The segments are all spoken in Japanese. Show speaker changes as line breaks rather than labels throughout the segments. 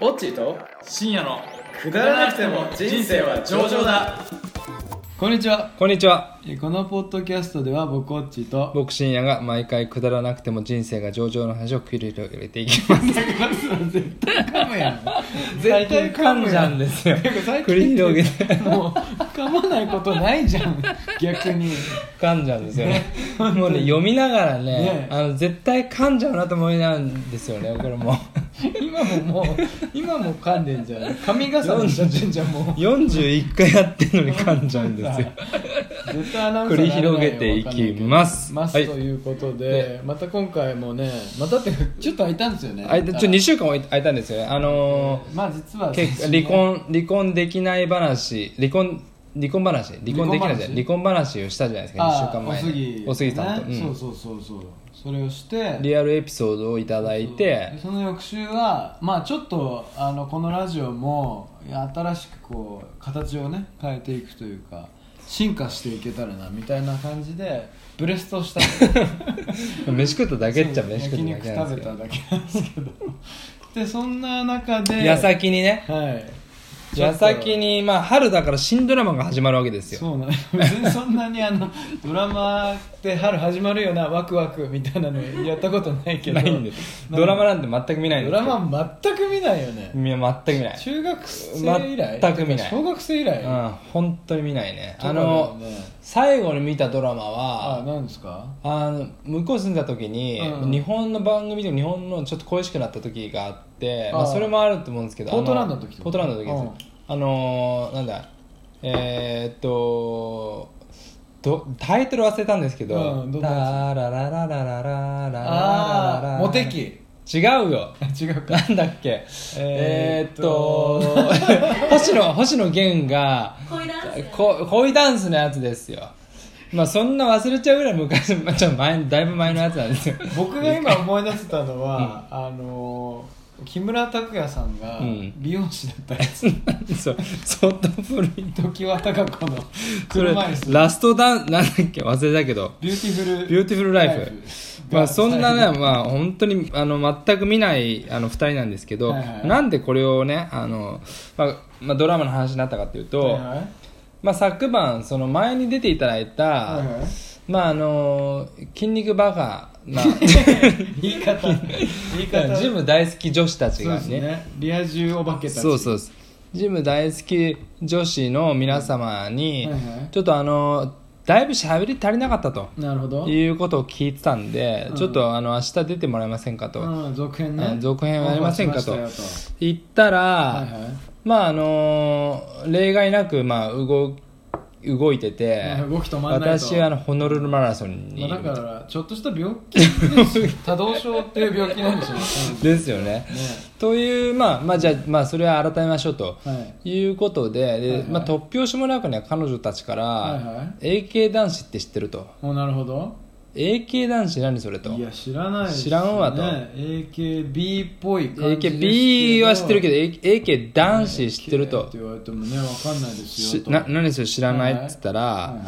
オッチーと
深夜の
くだらなくても人生は上々だ
こんにちは
こんにちは
えーこのポッドキャストでは僕オッチー と
僕深夜が毎回くだらなくても人生が上々の話を繰り広げていきます
絶対噛むやん
最近噛んじゃうんですよ
てか最
繰り広げて
もう噛まないことないじゃん逆に
噛んじゃうんですよねもうね読みながらね
ね
あの絶対噛んじゃうなと思いなんですよねこれもう
今ももう今も噛んでんじゃん髪型の写真じゃんもう
41回やってるのに 噛んじゃうんですよ
絶対アナウンサー
繰り広げていきます
ます、
はい
ということで、
で
また今回もねまたってちょっと空いたんですよね
あいたちょ2週間も空いたんですよねあの
まあ実は
ー結離婚離婚できない話離婚離婚話離婚できないじゃん
離
離婚話をしたじゃないですか
あ
2
あ
週間前
おすぎ
におすぎさんと、
ね
うん
そうそうそうそうそれをして
リアルエピソードをいただいて
でその翌週はまあちょっとあのこのラジオも新しくこう形をね変えていくというか進化していけたらなみたいな感じでブレストした
飯食っただけっちゃ飯
焼
食っただ
肉
けなん
食べ
です
ただけなんですけ どでそんな中
け
で
ど矢先にね
はい
矢先
に
に、まあ、春だから新ドラマが始まるわけですよ
そうなの別にそんなにあのドラマって春始まるよなワクワクみたいなのやったことないけど
ないんでドラマなんて全く見ないん
ド
です
ラ
よ
マ全く見ないよね
いや全く見ない
中学生以来
全く見ない
小学生以来、
うん本当に見ないね
とか
あ
だよ
の
ね
最後に見たドラマ
あ
は
なんですか
あの向こう住んでた時に、
うん
日本の番組でも日本のちょっと恋しくなった時があってま
あ
あ、
ー
それもあると思うんですけど
ポートランド
あ
の時ってこと
ポートランドの時です、あのーなんだえー、っとどタイトル忘れたんですけど「
うんどんな
タ
やつ
ララララララララララ
ああ
ラ
モテ期
違うよ
あ違うか
なんだっけ
えー
えー
っ
っ
と
と星野星野源が
恋ダンス
こ恋ダンスのやつですよまあそんな忘れちゃうぐらい昔 まあちょっと前だいぶ前のやつなんですよ
僕が今思い出せたのは、あのー木村拓哉さんが
うん
美容師だったやつ、
そう相当古い
時は高子の
それ
車椅子
ラストダンなんだっけ忘れたけど
ビューティフル
ビューティフルライフまあそんな
は
ね、まあ本当にあの全く見ないあの2人なんですけど、
はいはい
なんでこれをねあの、まあまあ、ドラマの話になったかっていうと、
いはい
まあ、昨晩その前に出ていただいた、
はいはい
まああの筋肉バカ な
言い方言い方
ジム大好き女子たち
そう
が
ですねリア充お化けたち
そうそうですジム大好き女子の皆様に、
はいはい
ちょっとあのだいぶ喋り足りなかったと
なるほど
いうことを聞いてたんで、
うん
ちょっとあの明日出てもらえませんかと、
うん、続編
う
ね
ん続編はありませんかと
オファーしまし
言った
たよ
ら、
とはいはい
まああの例外なく、まあ、動動いてて
ね動き止まんないと
私はあのホノルルマラソンに、
まあ、だからちょっとした病気ですよ多動症っていう病気なん でしょうね
ですよね。
ね
という、まあ、まあじゃあ,、まあそれは改めましょうと。
はい
いうことで、で
はいはい
まあ、突拍子もなくね彼女たちから、
はいは
AK 男子って知ってると
もうなるほど
AK 男子何それと
いや知らないです、ね、
知らんわと
AKB っぽい感じですけど
AKB は知ってるけど A- AK 男子知ってる
AK
と
って言われてもねわかんないですよ
し
と
な何それ知らないって言ったら、
はい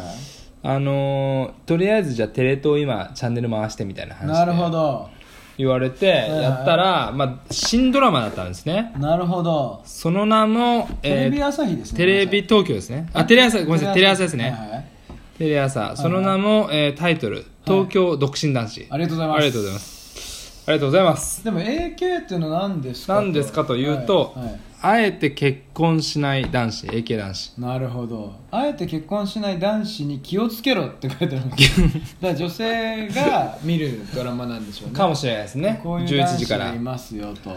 は
あのーとりあえずじゃあテレ東今チャンネル回してみたいない
なるほ
話で
ど
言われて
はい
やったら、まあ、新ドラマだったんですね
なるほど
その名も、
テレ
えー
ビ朝日ですね
テレビ東京ですねあテレ朝ごめんなさいテレ朝ですね、
はいはい
テレ朝その名も、えータイトル「東京独身男子」
ありがとうございます
ありがとうございますありがとうございます
でも AK っていうのは何ですか
何ですかというと、
はいはい
あえて結婚しない男子 AK 男子
なるほどあえて結婚しない男子に気をつけろって書いてあるん ですよだから女性が見るドラマなんでしょうね
かもしれないですね
こういう
11
男
時
子
か
が
ら
いますよと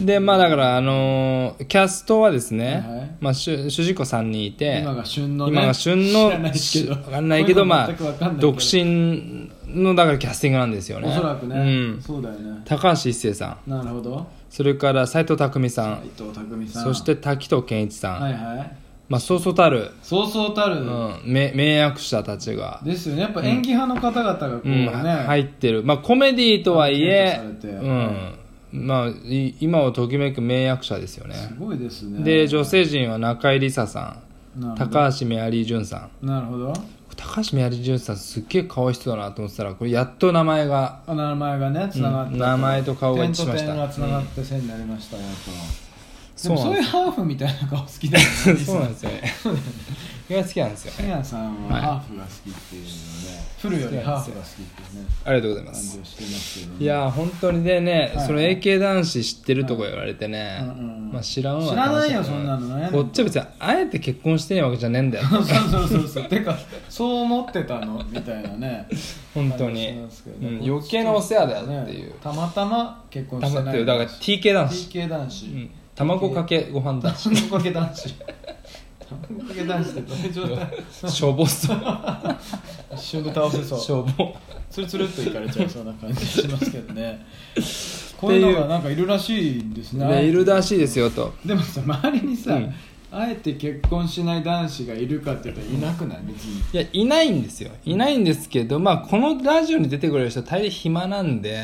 でまあだからあのーキャストはですね、
はいはい
まあ、主主人公3人いて
今が旬のね
今が旬の
知らないけど
わかんないけどまあ
こういうの全くわかんないけど
独身のだからキャスティングなんですよね
おそらくね、
うん、
そうだよね
高橋一生さん
なるほど
それから斎藤工さん
伊藤匠さん
そして滝藤健一さん、
はいはい
まあ、そうそうたる、
そうそうたる、
うん、名名役者たちが、
ですよねやっぱ演技派の方々がこう
う
ね、
ん、入ってる、まあ、コメディとはいえ
アッ、プ
う
デートされて
んまあ、い今をときめく名役者ですよね
すごいですね
で女性陣は中井梨紗さん
なるほど
高橋メアリージュンさん
なるほど
高橋メアリジュンさんすっげえ可愛い人だなと思ってたらこれやっと名前が
あ名前がねつながって、
うん名前と顔が一致しました
点と点がつながって線になりましたよと、で
そう
も
なん
そうい
で
う
す
ハーフみたいな顔好きだよね
そうなんですよね意外と好きなんですよ
せ
ね
やさん
は
はいハーフが好きっていうので、フルよりハーフが好きっていうね
ありがとうございま
感
す
じをしてますけどね、
いやー本当にでね、
はい
その AK 男子知ってるとか言われてね、
うんうんうん
まあ、知らんわ
知らないよ
って
そ
話だけど
んなのね
こっちは別にあえて結婚してねえわけじゃねえんだよ
そうそうそうそうてかそう思ってたのみたいなね
本
感
当に、
じしますけど
う
ね
ん余計なお世話だよっていう、
ねたまたま結婚
た
して
まっ
な
て
い
るだから TK 男子、
TK 男子、
うん、卵かけご飯男
卵かけ男子卵かけ男子ってどういう状態
子しょぼそう
一瞬で倒せそう
しょぼ
ツルツルっといかれちゃいそうな感じしますけど ねこういうのがなんかいるらしいんですね
でいるらしいですよと
でもさ周りにさ、
うん
あえて結婚しない男子がいるかって言ったらいなくない別に
いやいないんですよいないんですけど、まあ、このラジオに出てくれる人大抵暇なんで、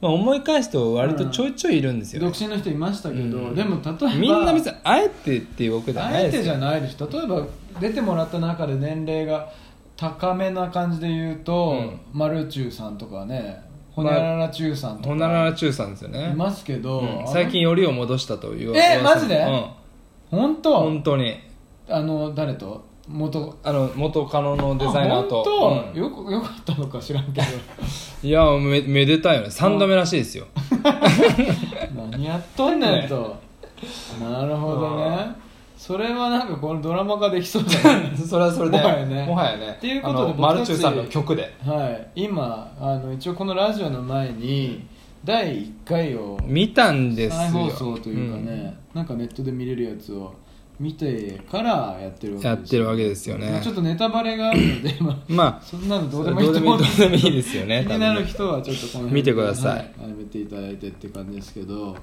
まあ、思い返すと割とちょいちょいいるんですよね、
独身の人いましたけど、
うん
でも例えば
みんな別にあえてっていうわけでは
あ
ない
え
です
て
よ
じゃないです例えば出てもらった中で年齢が高めな感じで言うと、
うん
マルチュウさんとかねホニャララチュウさんとか
ほならら中さんですよね
いますけど、
うん最近よりを戻したという
えマジで
うん、
本当
本当に
あの誰と元
あの元カノのデザイナーと
あ本当、
うん
よくよかったのか知らん けど
いやめめでたいよね3度目らしいですよ
何やっとんねんと、なるほど
う
ねそれはなんかこのドラマ化できそうだね
それはそれで
もはやね
もはやね
っていうことで
あの
僕たち
マルチューさんの曲で
はい今あの一応このラジオの前に第1回を
見たんですよ
再放送というかね、なんかネットで見れるやつを見てからやってる
う
わ
ん
け
やってるわけ
で
ですよ
まあ
ね
ちょっとネタバレがあるのでまあ
まあ
そんなのど
ど
うでもいいと思うん
ど
ですけ
うで
ど
もいいですよね
気になる人はちょっとこの辺で
見てください
はあの見ていただいてって感じですけど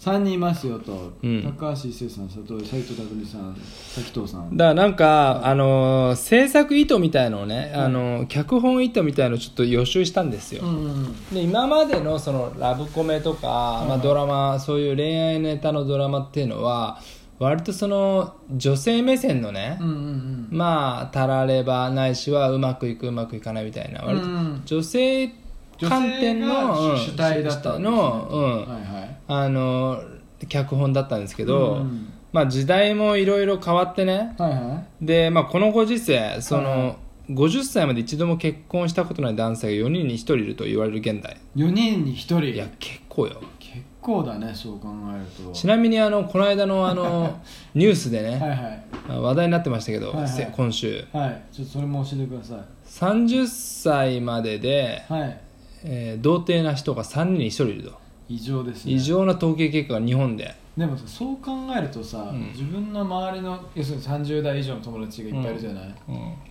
3人いますよと、
うん
高橋一生さん佐藤斎藤匠さん滝藤さん
だからなんか、あのー制作意図みたいのをね、
うん
あのー脚本意図みたいのをちょっと予習したんですよ、
うんうん
で今までのそのラブコメとか、まあ、ドラマそういう恋愛ネタのドラマっていうのは割とその女性目線のね、
うんうんうん
まあたらればないしはうまくいくうまくいかないみたいな割と
うん
女性観点の
女性が主主体だったわけですね
の、うん
はいはい
あの脚本だったんですけど、
うん
まあ、時代もいろいろ変わってね
はいはい
で、まあ、このご時世その、
はいは
50歳まで一度も結婚したことない男性が4人に1人いると言われる現代
4人に1人
いや結構よ
結構だねそう考えると
ちなみにあのこの間の あのニュースでね、
はいはい
あ話題になってましたけど、
はいはい
せ今週
はいちょっとそれも教えてくださ
30歳までで、
いはい
えー童貞な人が3人に1人いると、
異常ですね
異常な統計結果が日本で
でもさそう考えるとさ、
うん
自分の周りの要するに30代以上の友達がいっぱいいるじゃない、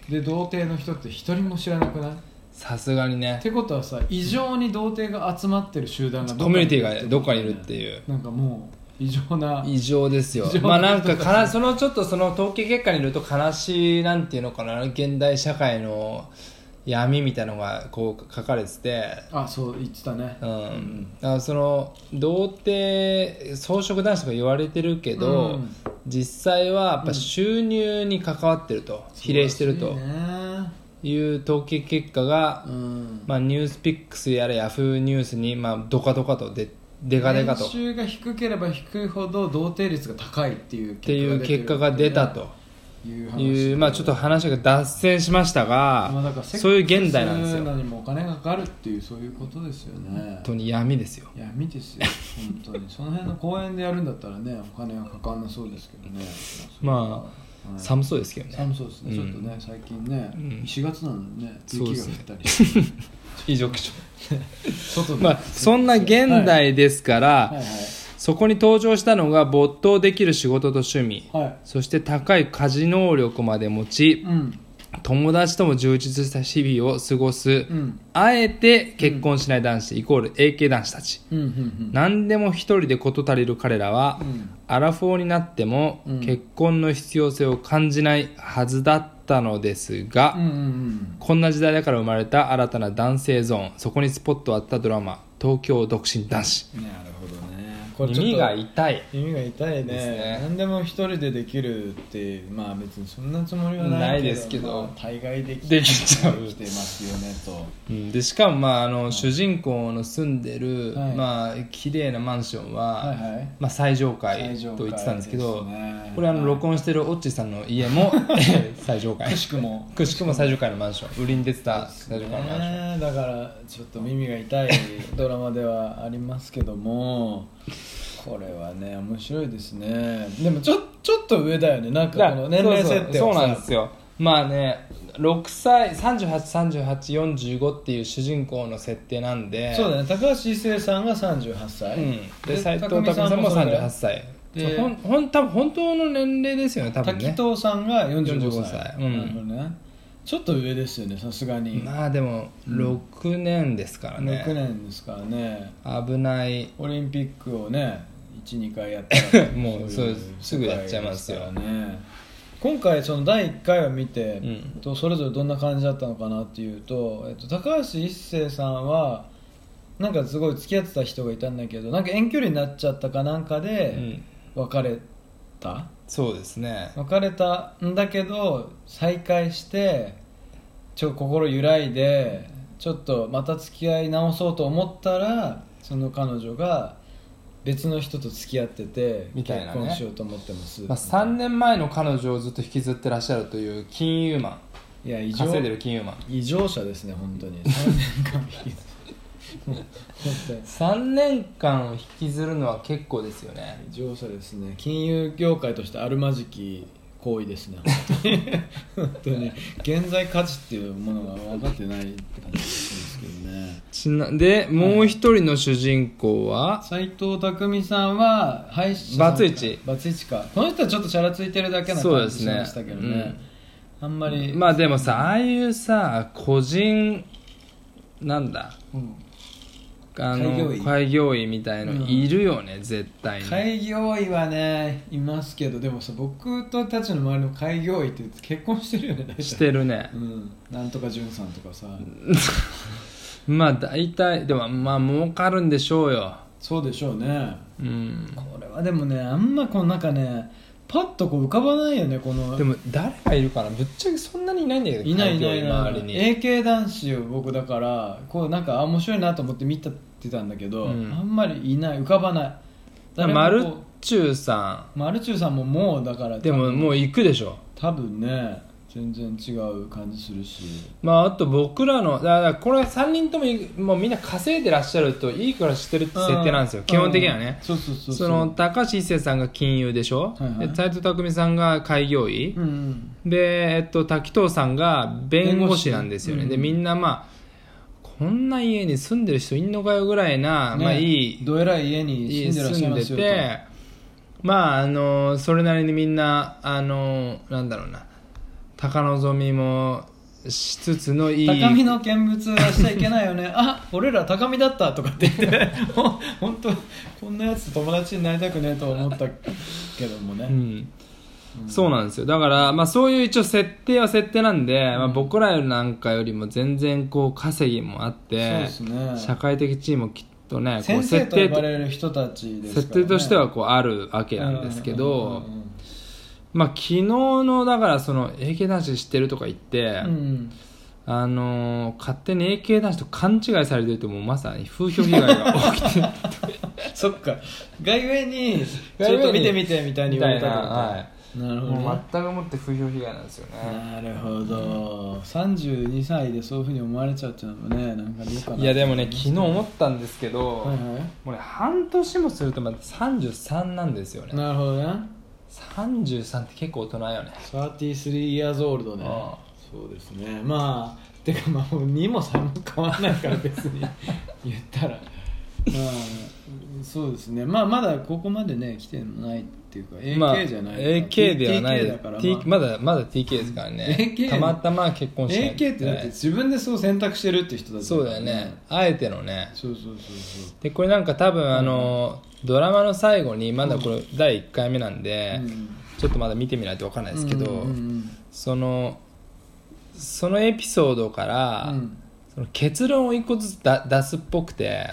で童貞の人って一人も知らなくないっ
さすがにね
てことはさ異常に童貞が集まってる集団が
コミュニティがどっかにいるっていう
なんかもう異常な
異常ですよ
異常
まあなんかかなそのちょっとその統計結果によると悲しいなんていうのかな現代社会の闇みたいのがこう書かれてて
あそう言ってたね
うんだからその童貞草食男子とか言われてるけど、
うん
実際はやっぱ収入に関わってると、比例してる
そ
と
うらしいね
いう統計結果が、
うん
まあ、ニュースピックスやらヤフーニュースに、まあ、ドカドカとででかでかと
年収が低ければ低いほど童貞率が高いっていう
っていう結果が出たと
いう話
いう、まあ、ちょっと話が脱線しましたが、
まあだからセックス
そういう現代なんですよ
する
本
のにもお金がかかるっていうそういうことですよね
当に闇ですよ
いや見ですよ本当にその辺の公園でやるんだったらねお金はかかんなそうですけど ね
まあ、
はい
寒そうですけどね
寒そうですね、
うん
ちょっとね最近ね、
うん
4月なのにね
そ
雪
うで
が
す
降
ね
ったりして、
異常気象
外で
まあそんな現代ですから、
はいはい
そこに登場したのが没頭できる仕事と趣味、
はい、はい
そして高い家事能力まで持ち
うん
友達とも充実した日々を過ごす、
うん
あえて結婚しない男子、イコール AK 男子たち
うんうんうん
何でも一人で事足りる彼らは、
うん
アラフォーになっても
うん
結婚の必要性を感じないはずだったのですが、
うんうん
こんな時代だから生まれた新たな男性ゾーンそこにスポットを当てたドラマ「東京独身男子
うんなるほどね」これちょっと
耳が痛い
耳が痛いね
ですね
何でも一人でできるってまあ別にそんなつもりはない
ないですけど
まあ大概でき
できちゃう
できてますよねと
うんでしかもまああの主人公の住んでる、
はい
まあ綺麗なマンション
は
は、
いはい
まあ、最上階
最上階
と言ってたんですけど
ですね
これあの
はい
録音してるオッチさんの家 も最上階
くしくも
くしくも最上階のマンション売りに出てた最上階のマンション、
ねだからちょっと耳が痛いドラマではありますけどもこれはね面白いですねでもちょちょっと上だよねなんか
だか
こ
ら
の年齢
そうそう
設定
そう
はさ
なんですよまあね6歳383845っていう主人公の設定なんで
そうだね高橋一生さんが38歳、
うん、で斎藤工さんも
それぐらい
38歳
で
ほんほん多分本当の年齢ですよね多分
滝
ね
藤さんが45
45
歳
歳うん
なるほどねちょっと上ですよねさすがに、
まあでも6年ですからね、
6年ですからね
危ない
オリンピックをね12回やったら
もうそうすぐやっちゃいますよ
世界ですからね今回その第1回を見て、
うん
とそれぞれどんな感じだったのかなっていうと、えっと、高橋一生さんはなんかすごい付き合ってた人がいたんだけどなんか遠距離になっちゃったかなんか
う
で
ん、
別れた、
そうですね
別れたんだけど再会してちょっと心揺らいでちょっとまた付き合い直そうと思ったらその彼女が別の人と付き合ってて
みたいなね
結婚しようと思ってます、
まあ、3年前の彼女をずっと引きずってらっしゃるという金融マ
いや異
ン
常
稼いでる金融マン
異常者ですね本当に三年間 引きずもう本当に
3年間を引きずるのは結構ですよね
異常者ですね金融業界としてあるまじき行為ですね本当に本当に現在価値っていうものが分かってないって感じがするんですけどね
ちなでもう一人の主人公は、
斎藤匠さんは配信
バツイチ
バツイチかこの人はちょっとチャラついてるだけな
そう
感
で
じ
す
し
ね
ましたけどねあんまり、
まあでもさああいうさ個人なんだ
うん
あの
開業医
開業医みたいのいるよね、絶対に
開業医はねいますけどでもさ僕とたちの周りの開業医って結婚してるよね大体
してるね
うんなんとか潤さんとかさ、
まあ大体でもまあ儲かるんでしょうよ
そうでしょうね
うん
これはでもねあんまこの中ねパッとこう浮かばないよねこの
でも誰がいるかなぶっちゃけそんなにいないんだけど
いないいないい
開業医
な
周
い
りに
AK 男子を僕だからこうなんかあ面白いなと思って見たってたんだけど、
うん
あんまりいない浮かばない
だからマルッチューさ
マルチューさんももうだから
んでももう行くでしょ
多分ね全然違う感じするし
まああと僕らのだからこれ3人ともいもうみんな稼いでらっしゃるといい暮らししてるって設定なんですよ、
う
基本的にはね、
そうそうそう
その高橋一生さんが金融でしょ、
はいはい
で斉藤工さんが開業医、
うんうん
で、えっと、滝藤さんが弁護士なんですよね、
弁護
で
士
みんなまあこんな家に住んでる人いんのかよぐらいな、
ね
まあいい
どえらい家に
い
住
い
んでらっしゃいますよ
住んでてまああのそれなりにみんなあのなんだろうな高望みもしつつのいい
高みの見物はしちゃいけないよね あ俺ら高みだったとかって言って 本当こんなやつと友達になりたくねえと思ったけどもね、
うんそうなんですよだから、まあ、そういう一応設定は設定なんで、まあ、僕らなんかよりも全然こう稼ぎもあって、
そうです
社
ね
会的地位もきっとねこう
先生
設
と呼
定
ばれる人たちですから、ね、
設定としてはこうあるわけなんですけど、まあ、昨日のだからその AK 男子知ってるとか言って、
うんうんうんうん
あのー勝手に AK 男子と勘違いされてるともうまさに風評被害が起 きてる
そっか外上にち
外
ょっ
上に
と見てみてみたいに言われたってこと
は
なる
い、
ほど
も
ね
う全くもって風評被害なんですよ
な
ね、
るほど32歳でそういうふうに思われちゃうっていうのもねなんかどうかないい
やでもね昨日思ったんですけど、
はいは
もうね半年もするとまた33なんですよ
い
ね
なるほどね
33って結構大人よね
33 years old ね
ああ
そうですねまあてかまあ2も3も変わらないから別に 言ったらまあそうですねまあまだここまでね来てないっていうか AK じゃない、
AK ではない
TK だから、ま
T-
あ
まだまだ TK ですからね
AK
たまたま結婚しない
AK ってだって自分でそう選択してるって人だって
そうだよねあえてのね
そうそうそうそ
でこれなんか多分あの、ドラマの最後にまだこれ第1回目なんで、
う、
ちょっとまだ見てみないと分かんないですけ
う
ど、
んうんうん
そのそのエピソードから、
うん
その結論を一個ずつだ出すっぽくて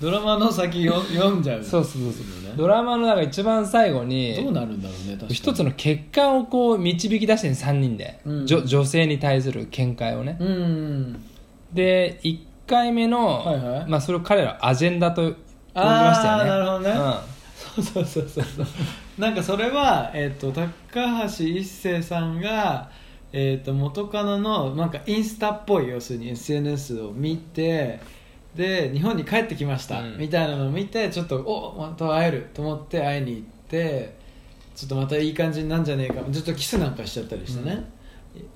ドラマの先よ読んじゃう
そうそうそうそう
のね
ドラマのなんか一番最後
どう
に
なるんだろうね確かに
一つの結果をこう導き出して3人で、
うん
じょ女性に対する見解をね、
うん
で1回目の、
はいはい
まあ、それを彼らはアジェンダと呼びましたよね
あーなるほどねそうそうそうそうなんかそれは、えっと高橋一生さんが、えっと元カノのなんかインスタっぽい要するに SNS を見てで日本に帰ってきました、
うん
みたいなのを見てちょっとおまた会えると思って会いに行ってちょっとまたいい感じになんじゃねえかちょっとキスなんかしちゃったりしてね、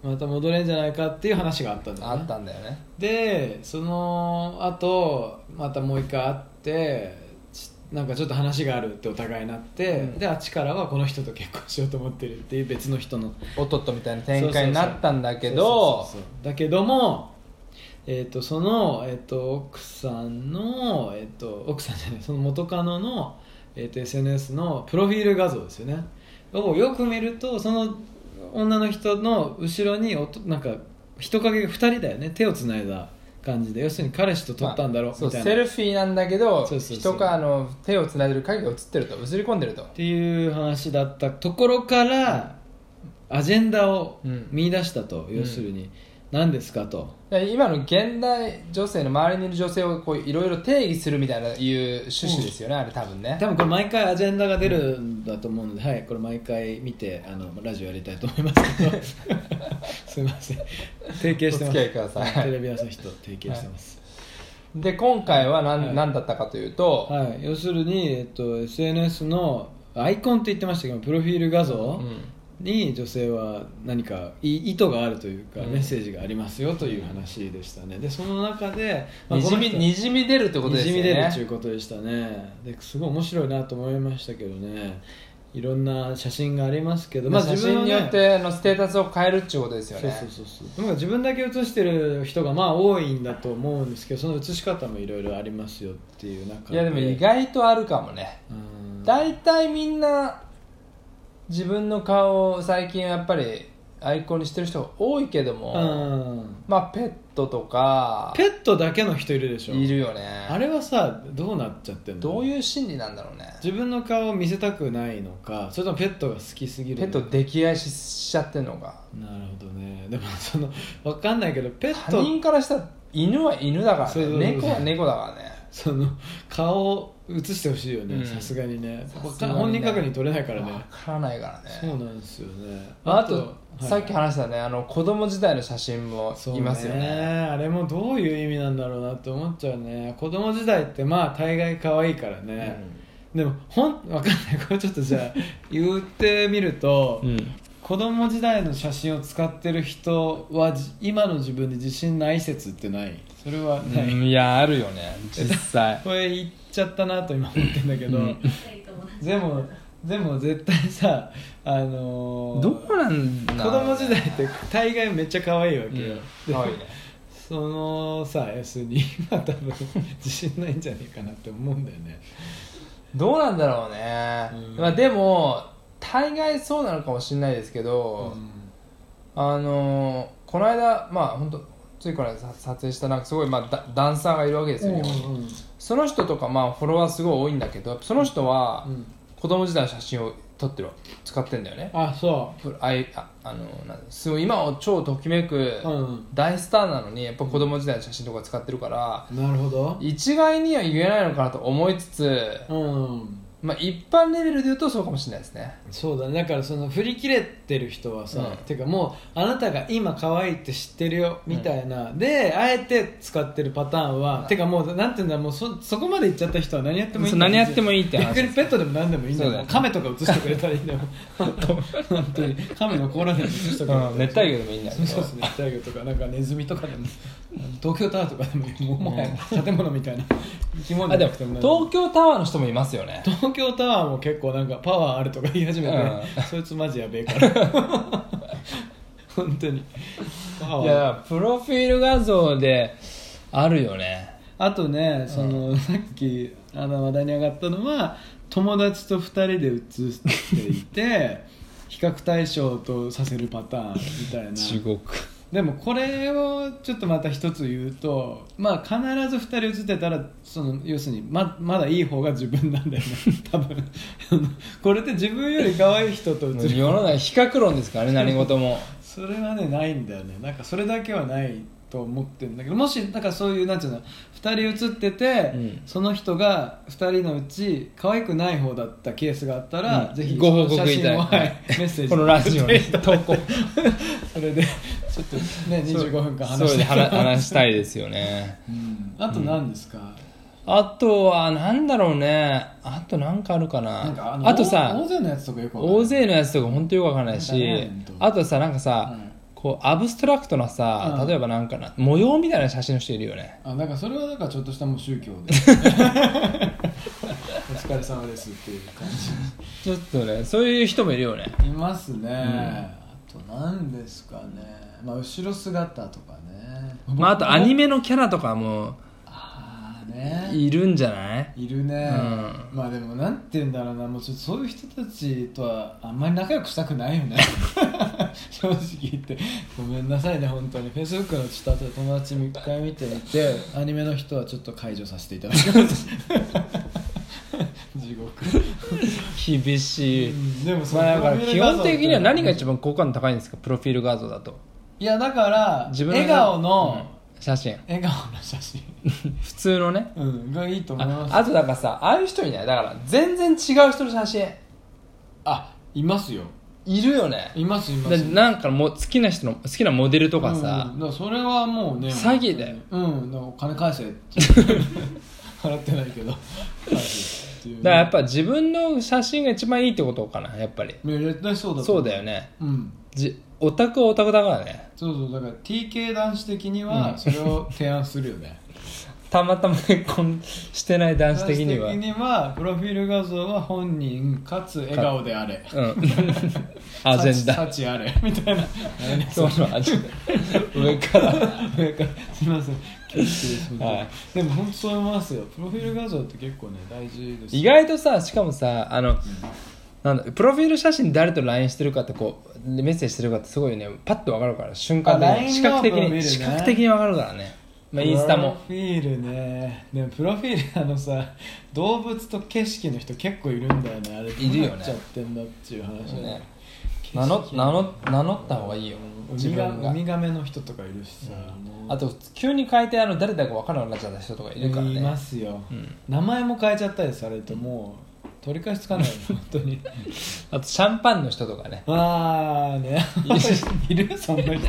また戻れんじゃないかっていう話があったん
う
だ
ん
よ
あ
ね
ったんだよね
でその後またもう一回会ってちなんかちょっと話があるってお互いになって、
うん
であっちからはこの人と結婚しようと思ってるっていう別の人の
おっとっとみたいな展開になったんだけど
そうそうそうそうだけども、えー、とその、えー、と奥さんの、えー、と奥さんじゃないその元カノの、えー、と SNS のプロフィール画像ですよねをよく見るとその女の人の後ろにおとなんか人影が2人だよね手をつないだ感じで要するに彼氏と撮ったんだろう
まあそ
み
う
たいな、
セルフィーなんだけど
そうそうそう
人かあの手をつないでる影が映ってると映り込んでると
っていう話だったところからアジェンダを見出したと、
ん
要するに、何ですかと。
で今の現代女性の周りにいる女性をこういろいろ定義するみたいないう趣旨ですよね、あれ多分ね
多分これ毎回アジェンダが出るんだと思うので、はいこれ毎回見てあのラジオやりたいと思います けどすいません提携して
お付
ま
き合い
す
ください
テレビ朝日と提携してます、
で今回は何,、
はい
何だったかというと、
はい要するに、えっと、SNS のアイコンって言ってましたけどプロフィール画像
う
に女性は何かい意図があるというか、
うん
メッセージがありますよという話でしたねでその中で、
ん、
まあ
にじみ
この人
にじみ出るってこと
に
です
じ
よ
み出るっていう
ね
ことでしたねですごい面白いなと思いましたけどねいろんな写真がありますけど、
まあ、
自
写
分は
真
ね
によってあのステータスを変えるっていうことですよ
そう
ね
そうそうそうなんか自分だけ写してる人がまあ多いんだと思うんですけどその写し方もいろいろありますよっていう中
いやでも意外とあるかもね
うん
大体みんな自分の顔を最近やっぱりアイコンにしてる人が多いけども、
うん
まあペットとか
ペットだけの人いるでしょ
いるよね
あれはさどうなっちゃってんの
どういう心理なんだろうね
自分の顔を見せたくないのかそれともペットが好きすぎる
ペ
の
ッ
か
ト溺愛しちゃってんのか
なるほどねでもそのわかんないけどペッ
他
ト
人からしたら犬は犬だから
そう
ね
そうそう
猫は猫だからね
その顔を映してほしいよ
う
ね
ん
さすがにね
さ
わ
す
か
がにね
本人確認取れないからね
わからないからね
そうなんですよね
まああと、
はい
さっき話したねあの子供時代の写真も
そう
いますよね
あれもどういう意味なんだろうなって思っちゃうね子供時代ってまあ大概可愛いからね、でもほん わかんないこれちょっとじゃ あ言ってみると、
うん、
子供時代の写真を使ってる人はじ今の自分で自信ない説ってないそれはない、
うんいやあるよね実 際
これ言っちゃったなと今思ってんだけど、
うん
でもでも絶対さあのー
どうなんだ
子供時代って大概めっちゃ可愛いわ
う
けよ、
ん可愛いね
そのさ要するに 今多分自信ないんじゃねえかなって思うんだよね
どうなんだろうね、
うん
まあ、でも大概そうなのかもしれないですけど、あのーこの間まあ本当ついこの間さ撮影したなんかすごい、まあ、ダダンサーがいるわけですよ、日本に
うん
その人とかまあフォロワーすごい多いんだけどその人は
うん
子供時代の写真を撮ってるわ使ってんだよね
あそ
プロあいああのなんすごい今を超ときめく
ううん
大スターなのにやっぱ子供時代の写真とか使ってるから
なるほど
一概には言えないのかなと思いつつ
うん
まあ一般レベルで言うとそうかもしれないですね
そうだねだからその振り切れてる人はさ、
うん
ていうかもうあなたが今可愛いって知ってるよみたいな、であえて使ってるパターンは、てかもうなんていうんだもうそそこまでいっちゃった人は何やってもいいんだ
そう何やってもいいって話
逆にペットでも何でもいいんだよ
そうだよね
カメとか映してくれたらいいんだよ本当本当にカメの甲羅で映してくれたら
熱帯魚でもいいんだけ
そう
ど
ですね熱帯魚とかなんかネズミとかでも東京タワーとかでももうもはや建物みたいな生き物
あ
じ
で
ゃ
も
なくても
東京タワーの人もいますよね
東京タワーも結構なんかパワーあるとか言い始めて、
う
そいつマジやべえから本当にパ
い
ワー
やプロフィール画像であるよね
あとねその、さっきあの話題に上がったのは友達と2人で写 していて比較対象とさせるパターンみたいな
獄
でもこれをちょっとまた一つ言うとまあ必ず二人映ってたらその要するにままだいい方が自分なんだよね多分 あのこれって自分より可愛い人と映る
世の中比較論ですからね何事も
それはねないんだよねなんかそれだけはないと思ってるんだけどもしだからそういうなんていうの2人写ってて、
うん
その人が2人のうち可愛くない方だったケースがあったら、
うん
ぜひ
ご報告
その写真を
いただきたい
はいメッセージ
このラジオに投稿
それでちょっとね25分間
そ
話
う
して
で話話したいですよね
うんあと何ですか、
あとはなんだろうねあとなんかあるかな
なんかあ
あ
の
とさ
大勢のやつとかよくわかんない
大勢のやつとか本当よくわかんないし、
なんかね
あとさなんかさ、
うん
こうアブストラクトなさ、
うん
例えばなんかな模様みたいな写真の人いるよね
あなんかそれはなんかちょっとしたもう宗教でお 疲れ様ですっていう感じ
ちょっとねそういう人もいるよね
いますね、あと何ですかねまあ後ろ姿とかね
まあ、あとアニメのキャラとかも
ああね
いるんじゃない
いるね、
う
まあでもなんて言うんだろうなもうちょっとそういう人たちとはあんまり仲良くしたくないよね 正直言ってごめんなさいね本当にフェイスブックのちょっと後で友達も一回見てみてアニメの人はちょっと解除させていただ きます 地獄
厳しい、
うんでもそ
ま
の
あだから
プロフィール
基
画像
本
って
的には何が一番好感度高いんですかプロフィール画像だと
いやだから
自分
笑顔の、
うん写真
笑顔の写真
普通のね
うんがいいと思い
あ
ます
あとだからさああいう人いないだから全然違う人の写真
あいますよ
いるよね
いますいま
だ
す
なんかもう好きな人の好きなモデルとか
うんう
さ
ん、だからそれはもうね
詐欺だよ
うんだからお金返せって 払ってないけど返せっていう
だからやっぱ自分の写真が一番いいってことかなやっぱり
いや絶対そうだと
そ
思
うだよね
うん
じオタクはオタクだからね
そうそうだから TK 男子的に
う
は
ん
それを提案するよね
たまたま結婚してない 男子的には
男子的にはプロフィール画像は本人かつ笑顔であれ
うんアジェンダ
幸幸あれみたいな
今日のアジェンダ上から
上からすいません恐縮です本当に
はい
でも本当そう思いますよプロフィール画像って結構ね大事ですよ
意外とさしかもさあの、なんだプロフィール写真誰と LINE してるかってこうメッセージしてるかってすごいねパッと分かるから瞬間
あ LINE
で視覚的
の
に、
プロフィールね
視覚的に分かるからね、まあ、インスタも
プロフィールねでもプロフィールあのさ動物と景色の人結構いるんだよねあれ
いるよね
どうなっちゃってんだっていう話だ
ね
景
名
色
乗名乗名乗った方がいいよ自
ウミガ
分
ウ
が
ミガメの人とかいるしさ、
あと急に変えてあの誰だか分からなくなっちゃった人とかいるから
いま
ね
すよ、
うん
名前も変えちゃったりされるともう取り返しつか ないよ本当に
あとシャンパンの人とかね
ああね いるそんな人どん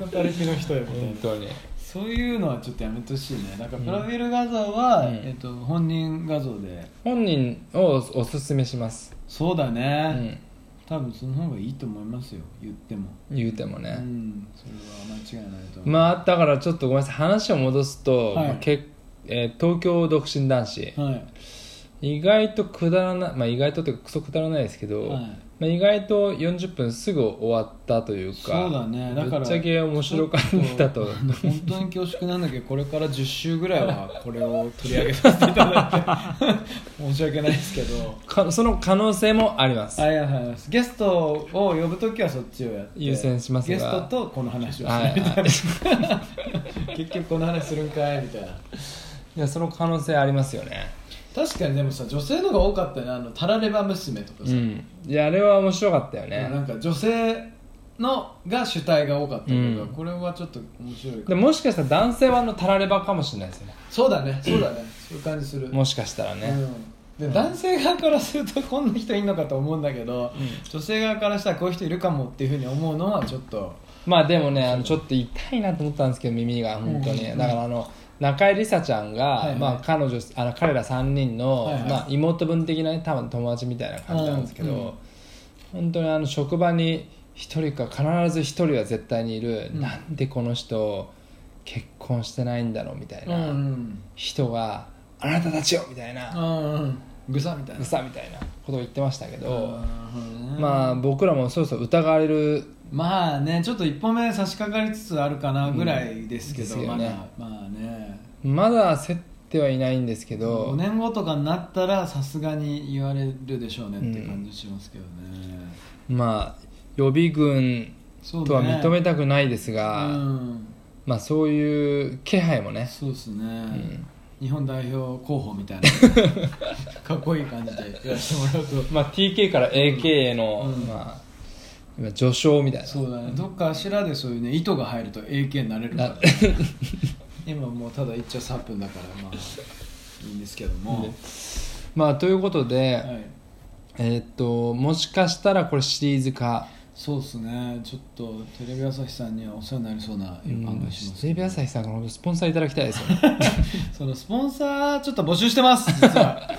なパリピの人やみたいな
本当に
そういうのはちょっとやめてほしいねだからプロフィール画像は、
うん
えっと、本人画像で
本人をおすすめします、
そうだ
う
ね、
ん、
多分その方がいいと思いますよ言っても、
言うても
う
ね、
んそれは間違いないと思う、
まあだからちょっとごめんなさい話を戻すと、
はい
まあけえー東京独身男子
はい
意外とくだらない、まあ、意外とっていうかクソくだらないですけど、
はい
まあ、意外と40分すぐ終わったというか
そうだねだから
ぶっちゃけ面白かったと
ちょっと本当に恐縮なんだけどこれから10週ぐらいはこれを取り上げさせていただ いて申し訳ないですけど
かその可能性もあります
ありがとうございますゲストを呼ぶ時はそっちをやって
優先しますが
ゲストとこの話をす
はい
るみたい
はい
な 結局この話するんかいみたいない
やその可能性ありますよね
確かにでもさ女性のが多かったよねあのタラレバ娘とか
う
さ、
んいやあれは面白かったよね、
なんか女性のが主体が多かったけど、
うん
これはちょっと面白いか
で
も
もしかしたら男性はあのタラレバかもしれないですよね
そうだねそうだねそういう感じする
もしかしたらね、
うん、で男性側からするとこんな人いんのかと思うんだけど、女性側からしたらこういう人いるかもっていうふうに思うのはちょっと
まあでもねあのちょっと痛いなと思ったんですけど耳が本当に、
うん
だからあの中井梨紗ちゃんが、
いはい
まあ、彼女あの彼ら3人の、
はいはい
まあ、妹分的な、ね、多分友達みたいな感じなんですけど、
うんうん
本当にあの職場に1人か必ず1人は絶対にいる、
うん
なんでこの人結婚してないんだろうみたい
うん
な、人が「あなたたちよ!」みたい
うんう
な
んうんぐさみた
「
いうな
さ」みたいなことを言ってましたけど、
うん
まあ僕らもそろそろ疑われる
まあねちょっと一歩目差し掛かりつつあるかなぐらいですけど、
うんですよ
ま
ね
だまあね
まだ競ってはいないんですけど、
5年後とかになったらさすがに言われるでしょうねって感じしますけどね、
まあ予備軍
そう
と
だ
は
ね
認めたくないですが、
うん
まあそういう気配もね、
そうですね、
うん
日本代表候補みたいな かっこいい感じでやらせてもらうと
まあ、TK から AK への、
うん
まあ今序章みたいな
そうだねどっかあしらでそういうね糸が入ると AK になれるから 今もうただ一応3分だからまあいいんですけども、
まあということで、
はい、
えーっともしかしたらこれシリーズ化
そうですねちょっとテレビ朝日さんにはお世話になりそうな予感がします、
テレビ朝日さんから本当スポンサーいただきたいですよ ね
そのスポンサーちょっと募集してます実は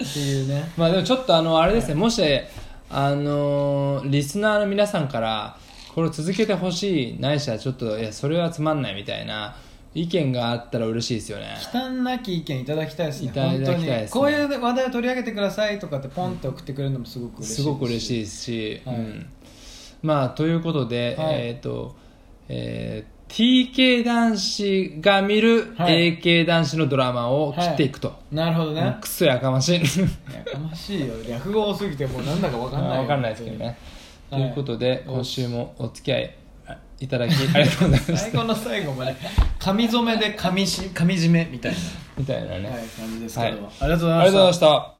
っていうね
まあでもちょっとあのあれですねもしあのーリスナーの皆さんからこれを続けてほしいないしはちょっといやそれはつまんないみたいな意見があったら嬉しいですよね
忌憚なき意見いただきたいですね
いただきたいです
本
ね
当にこういう話題を取り上げてくださいとかってポンって送ってくれるのもすごく嬉しい
すごく嬉しい
い
ですし、
はい
うん、まあということで、
はい
えっ、と、えー TK 男子が見る
はい
AK 男子のドラマを切っていくと、
なるほど
もう
ね
クソやかまし
や
い
かましいよ略語多すぎてもうなんだか分かんないよ
わかんないですけどね、
はい
ということで
お
今週もお付き合いいただきありがとうござ いまし
最
た
後の最後まで髪染めで髪し髪締めみたい
みたいなね、
な、はい、感じですけど、あ
はい
りがとうござい
あ
ま
りがとうござ
し
い
た
ました